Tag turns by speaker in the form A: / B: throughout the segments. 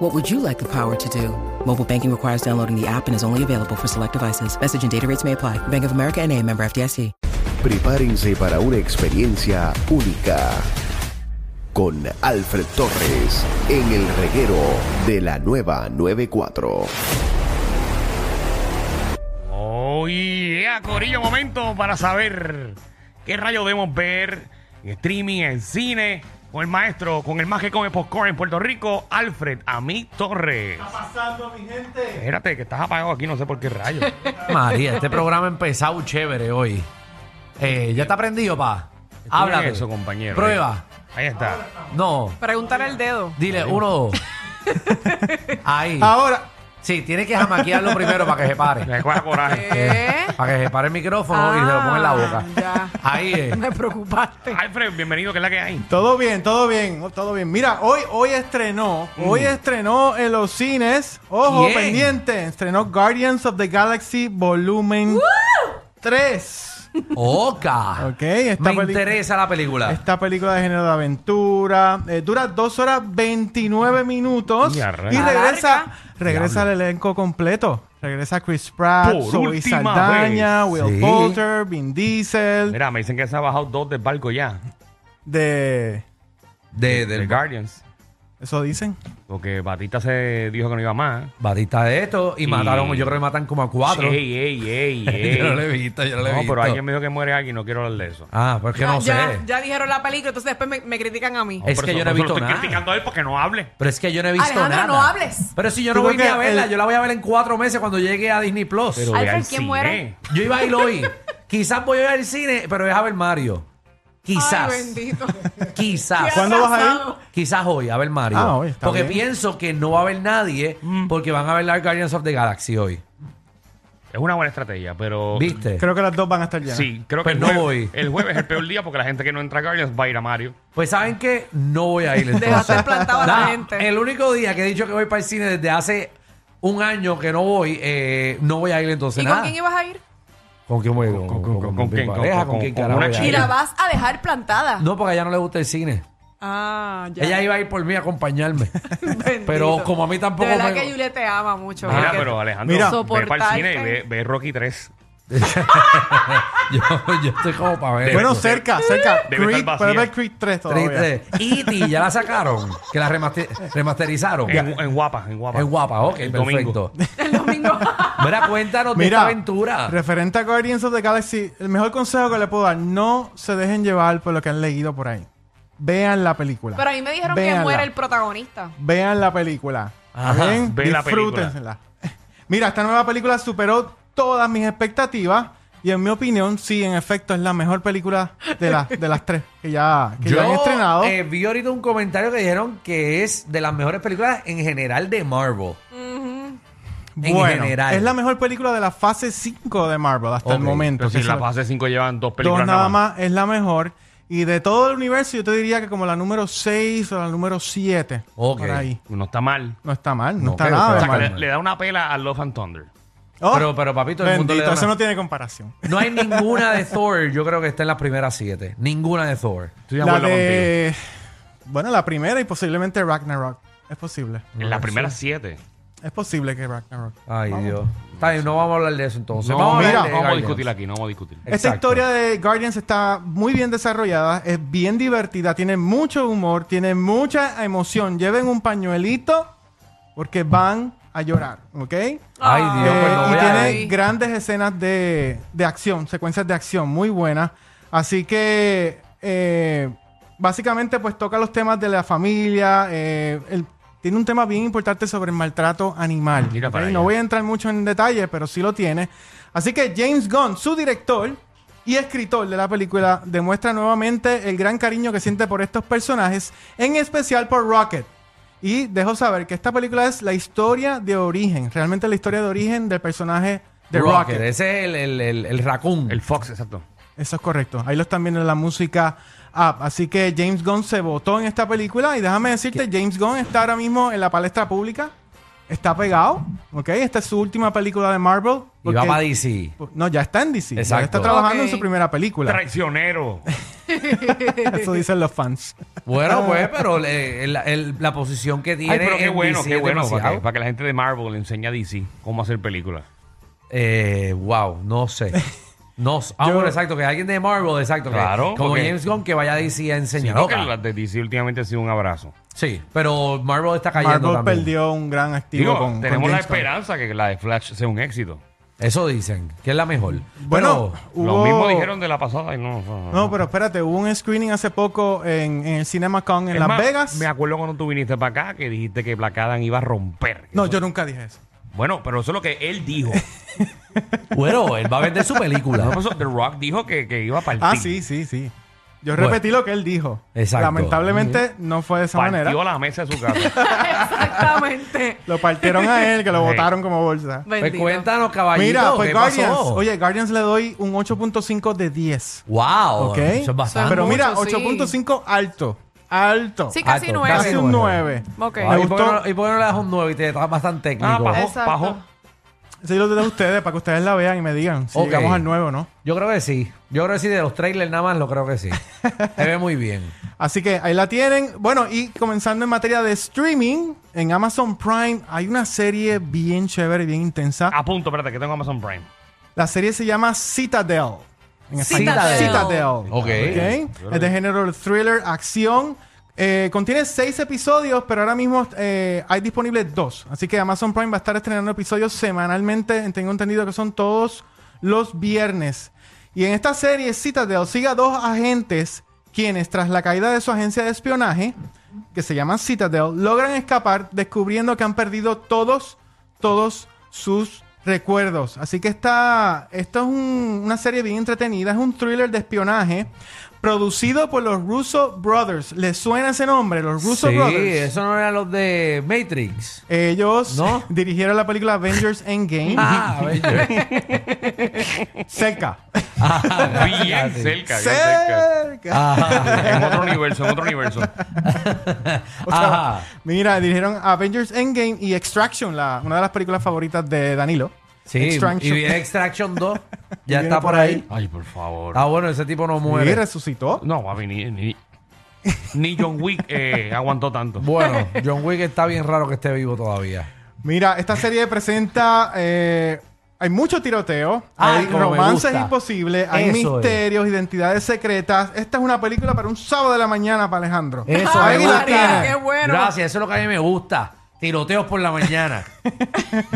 A: What would you like the power to do? Mobile banking requires downloading the app and is only available for select devices. Message and data rates may apply. Bank of America and a member FDIC.
B: Prepárense para una experiencia única con Alfred Torres en el reguero de la nueva 94.
C: Oye, Corillo, momento para saber qué rayos debemos ver en streaming, en cine, con el maestro, con el más que come popcorn en Puerto Rico, Alfred Ami Torres.
D: pasando, mi gente?
C: Espérate, que estás apagado aquí, no sé por qué rayos.
D: María, este programa ha empezado chévere hoy. Eh, ¿Ya está prendido, pa? Habla
C: eso, compañero.
D: Prueba.
C: Ahí está.
D: No.
E: Preguntar el dedo.
D: Dile, uno, dos. Ahí. Ahora. Sí, tiene que jamaquearlo primero para que se pare.
C: Me coge coraje.
E: ¿Eh?
D: Para que se pare el micrófono y se lo ponga en la boca.
E: Ah, Ya.
D: Ahí eh. es.
E: Me preocupaste.
C: Alfred, bienvenido, que es la que hay.
F: Todo bien, todo bien, oh, todo bien. Mira, hoy, hoy estrenó, hoy estrenó en los cines, ojo,
D: Bien.
F: pendiente, estrenó Guardians of the Galaxy Volumen 3.
D: Oca.
F: Ok, esta
D: Me
F: peli- Este-
D: interesa la película.
F: Esta película de género de aventura eh, dura 2 horas 29 minutos
C: Ya,
F: y
C: rayos.
F: regresa, regresa el elenco completo. Regresa Chris Pratt,
C: Por
F: Zoe
C: última
F: Saldaña,
C: vez.
F: Will
D: Sí.
F: Poulter, Vin Diesel,
C: Mira, me dicen que se ha bajado dos del barco ya,
F: de...
D: De,
C: del
D: del
C: Guardians,
F: ¿Eso dicen?
C: porque Batista se dijo que no iba más.
D: Batista de esto. Y,
C: Y-
D: mataron, yo creo que matan como a cuatro.
C: Ey, ey, ey, ey.
D: yo no lo he visto, yo no lo he
C: No,
D: visto.
C: pero alguien me dijo que muere alguien, no quiero hablar de eso.
D: Ah, pues que
E: Ya-
D: no
E: ya,
D: sé.
E: ya dijeron la película, entonces después me, me critican a mí.
D: Es
C: por
D: que
C: eso-
D: yo no
C: por eso
D: he visto
C: lo estoy
D: nada.
C: criticando a él porque no hable.
D: Pero es que yo no he visto
E: Alejandra,
D: nada.
E: no hables.
D: Pero si yo no
F: Tú
D: voy
F: lo
D: ni
F: que
D: a verla,
F: el-
D: yo la voy a ver en cuatro meses cuando llegue a Disney Plus.
C: Pero
E: Alfred,
C: ve al
E: ¿quién muere?
D: Yo iba a ir hoy. Quizás voy a ir al cine, pero es a ver Mario. Quizás.
E: Ay, bendito. Pues
D: quizás.
F: ¿Cuándo vas a ir?
E: Arrasado.
D: Quizás hoy, a ver Mario.
F: Ah, hoy, está
D: porque
F: bien. Mm.
D: pienso que no va a haber nadie porque van a ver la Guardians of the Galaxy hoy.
C: Es una buena estrategia, pero...
D: ¿Viste?
F: Creo que las dos van a estar llenas.
C: Sí, creo
D: Pues
C: que el
D: no
C: jueves,
D: voy.
C: el jueves es el peor día porque la gente que no entra a Guardians va a ir a Mario.
D: Pues saben que no voy a ir entonces.
E: Dejaste plantado a la
D: Nah,
E: gente.
D: El único día que he dicho que voy para el cine desde hace un año que no voy, eh, no voy a ir entonces
E: ¿Y
D: nada.
E: con quién ibas a ir?
D: ¿Con quién voy?
C: Con- con- con- con-
D: mi
C: quién, con-
D: pareja,
C: con-
D: con quién
C: con
D: carajo
C: una
D: voy a
C: chica.
E: Y
D: ir.
E: la vas a dejar plantada.
D: No, porque a ella no le gusta el cine.
E: Ah, ya.
D: Ella iba a ir por mí a acompañarme.
E: Bendito.
D: pero como a mí tampoco
E: De verdad
D: me-
E: que Julia te ama mucho.
C: Mira,
E: porque-
C: pero Alejandro,
F: Mira.
C: ve para el cine y ve,
E: Soportarte.
C: ve Rocky 3.
D: yo, yo estoy como para ver.
F: Bueno,
D: eso.
F: cerca, cerca.
C: Este, Debe estar
F: Creed,
C: vacía.
F: puede ver Creed 3 todavía.
D: Triste. E.T. ya la sacaron. Que la remaster- remasterizaron.
C: En, en guapa, en guapa.
D: Es guapa, ok,
C: El
D: perfecto.
C: domingo.
E: El domingo.
D: Mira, cuéntanos de esta aventura.
F: referente a Guardians of the Galaxy, el mejor consejo que le puedo dar, no se dejen llevar por lo que han leído por ahí. Vean la película.
E: pero a mí me dijeron
F: Véanla.
E: que muere el protagonista.
F: Vean la película.
D: Ajá,
F: ¿Bien?
C: ve la
F: Disfrútensela. Mira, esta nueva película superó todas mis expectativas y en mi opinión, sí, en efecto, es la mejor película de, las de las tres que ya, que ya han estrenado.
D: eh, vi ahorita un comentario que dijeron que es de las mejores películas en general de Marvel. en
F: bueno,
D: general.
F: es la mejor película de la fase 5 de Marvel hasta el
D: Ok,
F: momento.
C: Pero
F: que
C: si en la
F: se-
C: fase 5 llevan dos
F: Dos
C: películas
F: nada más es la mejor. Y de todo el universo, yo te diría que como la número 6 o la número 7.
D: Ok.
F: Por ahí.
C: No está mal.
F: No está mal, no,
D: No,
F: está
D: pero-
C: O
F: nada
C: sea,
D: mal,
C: que
F: mal.
C: le,
D: mal.
C: le da una pela a Love and Thunder.
F: Oh,
D: Pero, pero papito, el mundo le da
F: bendito, eso
D: una-
F: no tiene comparación.
D: No hay ninguna de Thor, yo creo que está en las primeras siete. Ninguna de Thor.
C: Estoy de
F: La
C: acuerdo contigo.
F: de... Bueno, la primera y posiblemente Ragnarok. Es posible.
C: En las primeras siete.
F: Es posible que Ragnarok.
D: Ay, Dios. Está bien, no vamos a hablar de eso entonces.
C: No,
D: vamos
C: mira,
D: a
F: mira,
D: hablar de
C: no vamos a
D: Guardians.
C: discutir aquí, no vamos a discutir.
F: Esta
D: Exacto.
F: historia de Guardians está muy bien desarrollada, es bien divertida, tiene mucho humor, tiene mucha emoción. Lleven un pañuelito porque van a llorar, ¿ok?
D: Ay,
C: Ah.
D: Dios,
F: Eh,
D: pues no
F: y
D: voy a
F: tiene
E: Ay.
F: grandes escenas de, de acción, secuencias de acción muy buenas. Así que eh, básicamente pues toca los temas de la familia. eh, el- tiene un tema bien importante sobre el maltrato animal.
C: Mira
F: ¿ok?
C: para allá.
F: No voy a entrar mucho en detalle, pero sí lo tiene. Así que James Gunn, su director y escritor de la película, demuestra nuevamente el gran cariño que siente por estos personajes, en especial por Rocket. Y dejo saber que esta película es la historia de origen, realmente la historia de origen del personaje de
D: Rocket.
F: Rocket.
D: Ese es el, el, el, el raccoon.
C: El Fox, exacto.
F: Eso es correcto. Ahí lo están viendo en la música app. Así que James Gunn se votó en esta película. Y déjame decirte, James Gunn está ahora mismo en la palestra pública. Está pegado. ¿Ok? Esta es su última película de Marvel.
D: Y va
F: porque-
D: para DC.
F: No, ya está en DC. ya
D: Exacto.
F: está trabajando en
E: Ok.
F: su primera película.
C: Traicionero.
F: Eso dicen los fans.
D: Bueno, pues, pero le- el- el- la posición que tiene.
C: Ay, pero qué
D: en
C: bueno,
D: DC
C: qué
D: es
C: bueno. Para que,
D: demasiado.
C: para que la gente de Marvel le enseñe a DC cómo hacer películas.
D: Eh, wow, no sé. No, sé. Ah,
F: Yo-
D: bueno, exacto, que alguien de Marvel, exacto. que-
C: Claro,
D: como
C: porque-
D: James Gunn, que vaya a DC a
C: Sí,
D: enseñar.
C: porque
D: Ok.
C: las de DC últimamente ha sido un abrazo.
D: Sí, pero Marvel está cayendo
F: Marvel
D: también.
F: perdió un gran activo
C: Digo,
F: con- con
C: tenemos la
F: James Gunn.
C: esperanza que la de Flash sea un éxito.
D: Eso dicen, que es la mejor.
F: Bueno,
D: Pero-
C: Lo
F: hubo-
C: mismo dijeron de la pasada y no. no,
F: No, pero espérate, hubo un screening hace poco en, en el CinemaCon en
C: Es
F: Las
C: más,
F: Vegas.
C: Me acuerdo cuando tú viniste para acá que dijiste que Black Adam iba a romper.
F: No,
C: Eso-
F: yo nunca dije eso.
C: Bueno, pero eso es lo que él dijo.
D: bueno, él va a vender su
C: No,
D: película.
C: pues, The Rock dijo que, que iba a partir.
F: Ah, sí, sí, sí. Yo
D: Bueno.
F: repetí lo que él dijo.
D: Exacto.
F: Lamentablemente no fue de esa
C: Partió
F: manera.
C: la mesa de su casa.
E: Exactamente.
F: Lo partieron a él, que lo
C: Sí.
F: botaron como bolsa.
D: Pues
E: Bendito.
D: cuéntanos, caballito.
F: Mira, pues
D: ¿qué
F: Guardians.
D: pasó?
F: Oye, Guardians le doy un 8.5 de 10.
D: Wow,
F: ¿Ok?
D: Oh, eso es bastante.
F: Pero
E: mucho,
F: mira,
E: sí.
F: 8.5 alto. Alto.
E: Sí, casi
D: Alto,
E: nueve.
F: Casi un 9.
E: Ok.
D: Ay,
F: Me
D: Ah, ¿y,
F: gustó.
D: por qué
F: pues,
D: no, y por qué no le das un 9 y te estás bastante técnico?
C: Ah, pajo,
E: Exacto.
C: pajo.
F: Sí, lo de ustedes, para que ustedes la vean y me digan si
D: Ok.
F: llegamos al nuevo, ¿no?
D: Yo creo que sí. Yo creo que sí, de los trailers nada más lo creo que sí. Se ve muy bien.
F: Así que ahí la tienen. Bueno, y comenzando en materia de streaming, en Amazon Prime hay una serie bien chévere y bien intensa.
C: A Ah, punto, espérate, que tengo Amazon Prime.
F: La serie se llama Citadel. En español,
D: Citadel.
F: Citadel.
D: Ok.
F: Ok. Es de género thriller, acción. Eh, contiene seis episodios, pero ahora mismo eh, hay disponibles dos. Así que Amazon Prime va a estar estrenando episodios semanalmente. Tengo entendido que son todos los viernes. Y en esta serie, Citadel sigue a dos agentes quienes, tras la caída de su agencia de espionaje, que se llama Citadel, logran escapar descubriendo que han perdido todos, todos sus recuerdos. Así que esta, esto es un- una serie bien entretenida, es un thriller de espionaje producido por los Russo Brothers. ¿Les suena ese nombre? Los Russo
D: sí,
F: Brothers.
D: eso no eran los de Matrix.
F: Ellos
D: ¿No?
F: dirigieron la película Avengers Endgame.
D: Ah, a ver,
F: Cerca. Ah,
C: Bien cerca, bien cerca.
F: Cerca.
D: Ah,
C: En otro universo, en otro universo.
F: O sea,
D: Ajá.
F: mira, dirigieron Avengers Endgame y Extraction, la, una de las películas favoritas de Danilo.
D: Sí, y viene Extraction 2. Ya
F: viene
D: está por
F: por
D: ahí.
F: ahí.
C: Ay, por favor.
D: Ah, bueno, ese tipo no
F: Y
D: muere.
F: resucitó.
C: No, papi, ni, ni, ni John Wick eh, aguantó tanto.
D: Bueno, John Wick está bien raro que esté vivo todavía.
F: Mira, esta serie presenta. eh, hay mucho tiroteo,
D: Ay,
F: hay
D: Ah, como me
F: romances
D: gusta.
F: imposibles, hay
D: Eso es.
F: misterios, identidades secretas. Esta es una película para un sábado de la mañana para Alejandro.
D: Eso
E: Ay,
D: me
F: Ahí la
E: María,
F: tiene.
E: qué bueno.
D: Gracias, eso es lo que a mí me gusta. Tiroteos por la mañana.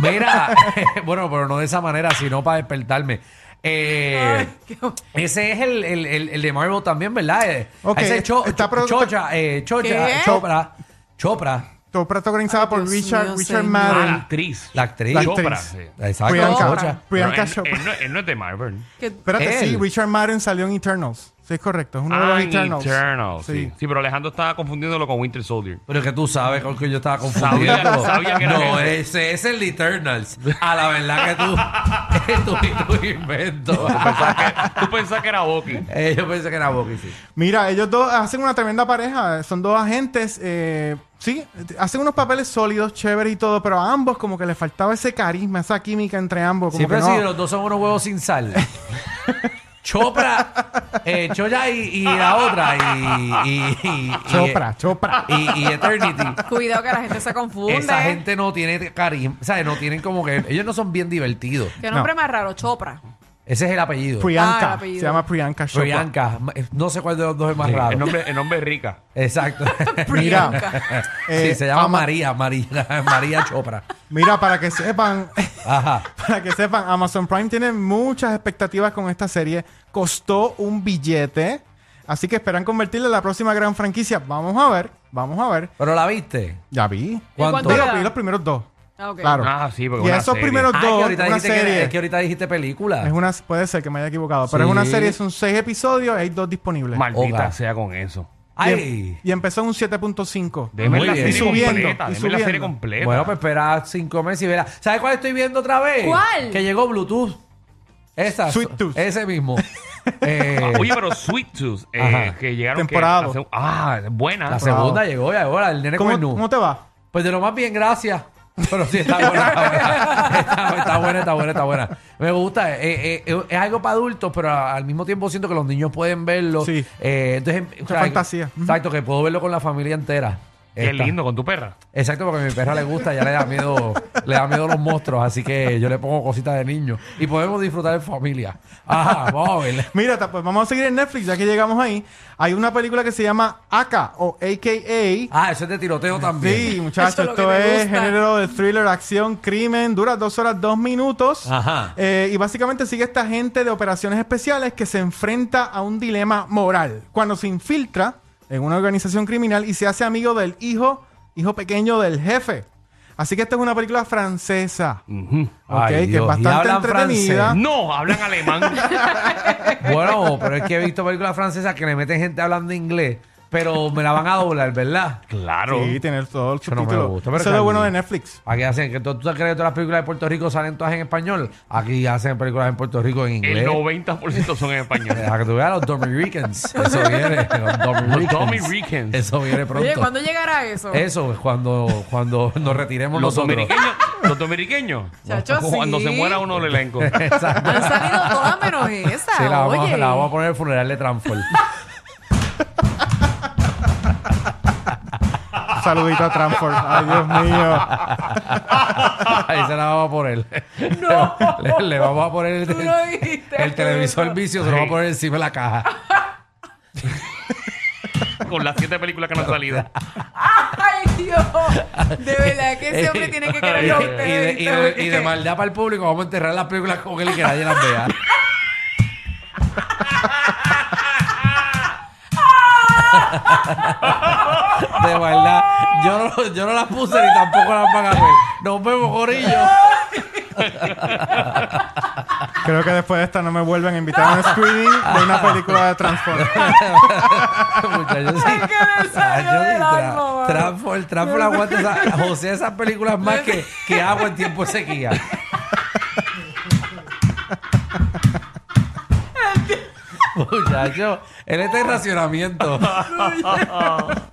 D: Mira, bueno, pero no de esa manera, sino para despertarme. Eh,
E: Ay, qué bueno.
D: ese es el, el, el- el de Marvel también, ¿verdad? Eh,
F: Ok,
D: Ese cho-
F: está
D: cho-
F: pro-
D: Chocha, eh, Chocha,
E: ¿Qué?
D: Chopra, Chopra,
F: Todo protagonizada
E: Ay,
F: por
E: Dios
F: Richard,
E: mío,
F: Richard
E: señor.
C: Ah, la
F: Madden.
C: actriz.
D: la actriz.
F: La
C: Chopra,
F: actriz.
C: sí.
D: Exacto,
F: Priyanka-
D: Chopra.
F: Priyanka
C: Pero él,
F: Chopra.
C: él no, él no es de Marvel.
E: Que-
F: Espérate, sí,
D: Él.
F: Richard Madden salió en Eternals. Sí, es correcto. Es uno de
C: Ah,
F: los
C: en
F: Eternals.
C: Eternals, sí.
F: Sí.
C: sí, pero Alejandro estaba confundiéndolo con Winter Soldier.
D: Pero que tú sabes con que yo estaba
C: Sabía-
D: confundiendo.
C: sabía que era
D: no,
C: ese.
D: ese es el de Eternals. A la verdad que tú. que tú, tú invento.
C: Pensaba que- tú pensabas que era Bucky.
D: Eh, yo pensé que era Bucky, sí.
F: Mira, ellos dos hacen una tremenda pareja. Son dos agentes. eh, sí, hacen unos papeles sólidos, chéveres y todo, pero a ambos como que les faltaba ese carisma, esa química entre ambos. Como
D: Siempre
F: que
D: sí,
F: no.
D: los dos son unos huevos sin sal. Chopra, eh, Choya y, y la otra. Y, y, y- y-
F: Chopra, Chopra.
D: Y, y Eternity.
E: Cuidado que la gente se confunde.
D: Esa gente no tiene carisma. O sea, no tienen como que. Ellos no son bien divertidos.
E: Qué nombre más raro, Chopra.
D: Ese es el apellido.
E: Ah, el
F: Priyanka. se
E: apellido.
F: llama Priyanka Chopra.
D: Priyanka. No sé cuál de los dos es más
C: Sí, El
D: raro.
C: nombre, el nombre es Rica.
D: Exacto.
E: Priyanka.
F: Eh,
D: sí, se llama
F: ama-
D: María, María, María Chopra.
F: Mira, para que sepan,
D: Ajá.
F: para que sepan, Amazon Prime tiene muchas expectativas con esta serie. Costó un billete. Así que esperan convertirla en la próxima gran franquicia. Vamos a ver, vamos a ver.
D: ¿Pero la viste?
F: Ya vi.
E: cuánto
F: Digo,
E: era?
F: vi los primeros dos.
E: Ah, ok.
F: Claro.
C: Ah, sí, porque
F: y
C: una
F: esos
C: serie.
F: primeros
D: Ah, que
F: dos,
D: ahorita
F: una
D: dijiste que-
F: serie.
D: es que ahorita dijiste película.
F: Es una, puede ser que me haya equivocado, pero es una
D: Sí.
F: serie, son seis episodios, hay dos disponibles.
C: Maldita
D: Oga.
C: sea con eso.
D: Ay.
F: Y empezó en un 7.5.
C: Deme
D: Muy
C: la
D: bien.
C: serie
F: Y subiendo,
C: completa. Deme la
F: y
C: serie
F: subiendo.
C: completa.
D: Bueno, pues espera cinco meses y verá. ¿Sabes cuál estoy viendo otra vez?
E: ¿Cuál?
D: Que llegó Bluetooth. Esa.
F: Sweet Tooth.
D: Ese mismo. Eh,
C: Ah, Oye, pero Sweet Tooth, eh,
D: Ajá.
C: que llegaron. que-
F: Temporada.
C: la seg- ah, buena.
D: La segunda llegó ya, ahora el nene
F: ¿Cómo,
D: cuernú.
F: cómo te va?
D: Pues de lo más bien, gracias. Pero sí, está buena, está buena. Está, está buena, está buena, está buena. Me gusta. eh, eh, eh, es algo para adultos, pero a- al mismo tiempo siento que los niños pueden verlo.
F: Sí.
D: Eh, entonces, o sea,
F: fantasía.
D: Exacto, que puedo verlo con la familia entera.
C: Qué
D: Está-
C: lindo con tu perra.
D: Exacto, porque a mi perra le gusta, ya le da miedo, le da miedo los monstruos, así que yo le pongo cositas de niño. Y podemos disfrutar en familia. Ajá, vamos a ver.
F: Mira, ta- pues vamos a seguir en Netflix, ya que llegamos ahí. Hay una película que se llama AKA o AKA.
D: Ah, eso es de tiroteo también.
F: Sí, muchachos,
E: Eso es lo
F: esto
E: que me
F: es
E: gusta.
F: género de thriller, acción, crimen. Dura dos horas, dos minutos.
D: Ajá.
F: Eh, y básicamente sigue esta gente de operaciones especiales que se enfrenta a un dilema moral. Cuando se infiltra en una organización criminal y se hace amigo del hijo, hijo pequeño del jefe. Así que esta es una película francesa.
D: Mm.
F: Ok,
D: Ay,
F: que es
D: Dios. ¿Y
F: bastante
D: hablan
F: entretenida.
D: francés?
C: No, hablan alemán.
D: Bueno, pero es que he visto películas francesas que le meten gente hablando inglés, pero me la van a doblar, ¿verdad?
C: claro.
F: Sí, tener todo el
D: Eso no me
F: subtítulo.
D: gusta, pero
F: Eso es lo
D: Carmen.
F: bueno de Netflix.
D: Aquí hacen que tú, tú te crees que todas las películas de Puerto Rico salen todas en español. Aquí hacen películas en Puerto Rico en
C: El
D: inglés.
C: 90% son en español.
D: Deja que tú veas los Dominicans. Eso viene. Los Dominicans.
C: Dominicans.
D: Eso viene pronto. Eh,
E: Oye, ¿cuándo llegará eso?
D: Eso es cuando, cuando nos retiremos
C: Los
D: nosotros.
C: dominiqueños, los dominiqueños,
E: Chacho,
C: cuando
E: sí.
C: se muera uno del elenco.
D: Exacto.
E: Han salido todas menos esa.
D: Sí, la vamos,
E: oye.
D: la vamos a poner en el funeral de Transform.
F: Un saludito a Transform. Ay, Dios mío.
D: Ahí se la vamos a poner. No. Le, le vamos a poner el,
E: Tú lo dijiste.
D: el televisor vicio, se lo vamos a poner encima de la caja.
C: con las siete películas que no han salido.
E: Ay, Dios. De verdad que ese hombre tiene que querer a
D: Y- y de-
E: ustedes.
D: y de-
E: porque-
D: y de maldad para el público, vamos a enterrar las películas con él y que nadie las vea. De maldad. Yo no, yo no las puse ni tampoco las van a ver. Nos vemos, Corillo.
F: Creo que después de esta no me vuelven a invitar a un screening de una película de Transform.
D: Muchachos,
E: Ay, que le salió
D: Muchachos,
E: del
D: tra-
E: alma, mano.
D: trafo, el trafo la aguanta esa, José esas películas más que, que agua en tiempo de sequía. Muchacho, él está en racionamiento.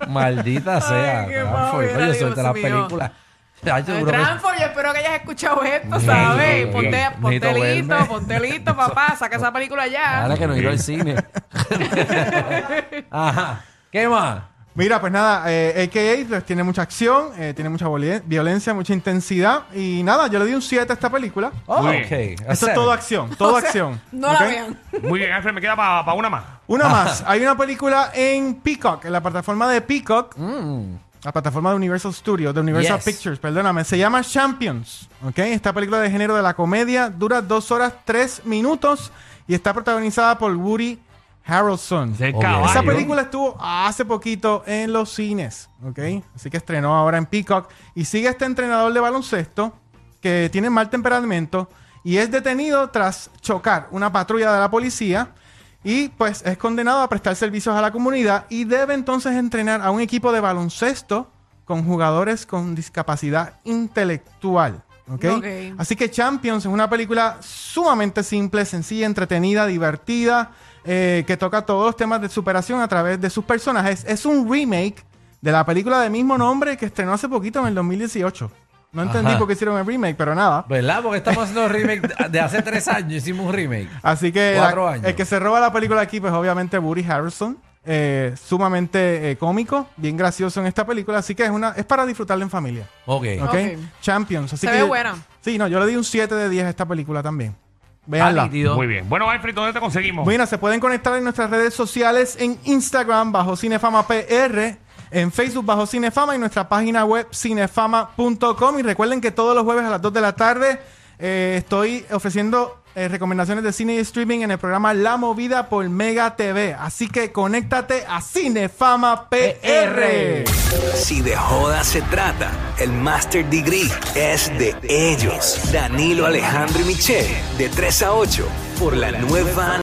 D: Maldita sea.
E: qué
D: Trafo,
E: pavera,
D: coño,
E: Dios
D: suelta las
E: mío.
D: películas. Muchacho,
E: Ay,
D: duro que-
E: Transform, yo espero que hayas escuchado esto,
D: Sí,
E: ¿sabes?
D: sí.
E: Ponte,
D: Necesito
E: ponte
D: verme. Ah.
E: listo, ponte listo, papá. Saca esa película ya.
D: Ahora que no iba al cine. Ajá. ¿Qué más?
F: Mira, pues nada, eh, AKA pues, tiene mucha acción, eh, tiene mucha voli- violencia, mucha intensidad. Y nada, yo le di un 7 a esta película.
D: Oh,
C: Muy
D: ok.
F: Esto es
D: Hacer.
F: todo acción, todo
E: O sea,
F: acción.
E: No
F: ¿ok?
E: la vean. Ah.
C: Muy bien, Alfred, me queda para una más.
F: Una más. Hay una película en Peacock, en la plataforma de Peacock.
E: Mm.
F: La plataforma de Universal Studios, de Universal
D: Yes.
F: Pictures, perdóname. Se llama Champions. ¿ok? Esta película de género de la comedia dura dos horas tres minutos y está protagonizada por Woody
C: Ese
F: Harrelson.
C: es el
D: Obvio.
C: caballo.
F: Esa película estuvo hace poquito en los cines, ¿ok? Así que estrenó ahora en Peacock. Y sigue este entrenador de baloncesto que tiene mal temperamento y es detenido tras chocar una patrulla de la policía y pues es condenado a prestar servicios a la comunidad y debe entonces entrenar a un equipo de baloncesto con jugadores con discapacidad intelectual. ¿ok?
E: Ok.
F: Así que Champions es una película sumamente simple, sencilla, entretenida, divertida, eh, que toca todos los temas de superación a través de sus personajes. Es un remake de la película de mismo nombre que estrenó hace poquito en el 2018. No entendí
D: Ajá.
F: por qué hicieron el remake, pero nada.
D: ¿Verdad? Porque estamos haciendo remake de hace tres años. Hicimos un remake.
F: Así que
D: Cuatro
F: la-
D: años.
F: el que se roba la película aquí, pues obviamente Woody Harrison. eh, sumamente eh, cómico, bien gracioso en esta película, así que es una es para disfrutarla en familia.
D: Ok.
F: ¿ok?
E: Ok.
F: Champions. Así
E: Se
F: que
E: ve
F: yo-
E: buena.
F: Sí, no, yo le di un 7 de 10 a esta película también. Veanla.
C: Muy bien. Bueno, Alfred, ¿dónde te conseguimos?
F: Bueno, se pueden conectar en nuestras redes sociales en Instagram bajo Cinefama PR, en Facebook bajo Cinefama y nuestra página web cinefama.com. Y recuerden que todos los jueves a las 2 de la tarde eh, estoy ofreciendo eh, recomendaciones de cine y streaming en el programa La Movida por Mega TV. Así que conéctate a Cinefama PR.
G: Si de joda se trata, el Master Degree es de ellos. Danilo Alejandro y Michelle, de 3 a 8, por la nueva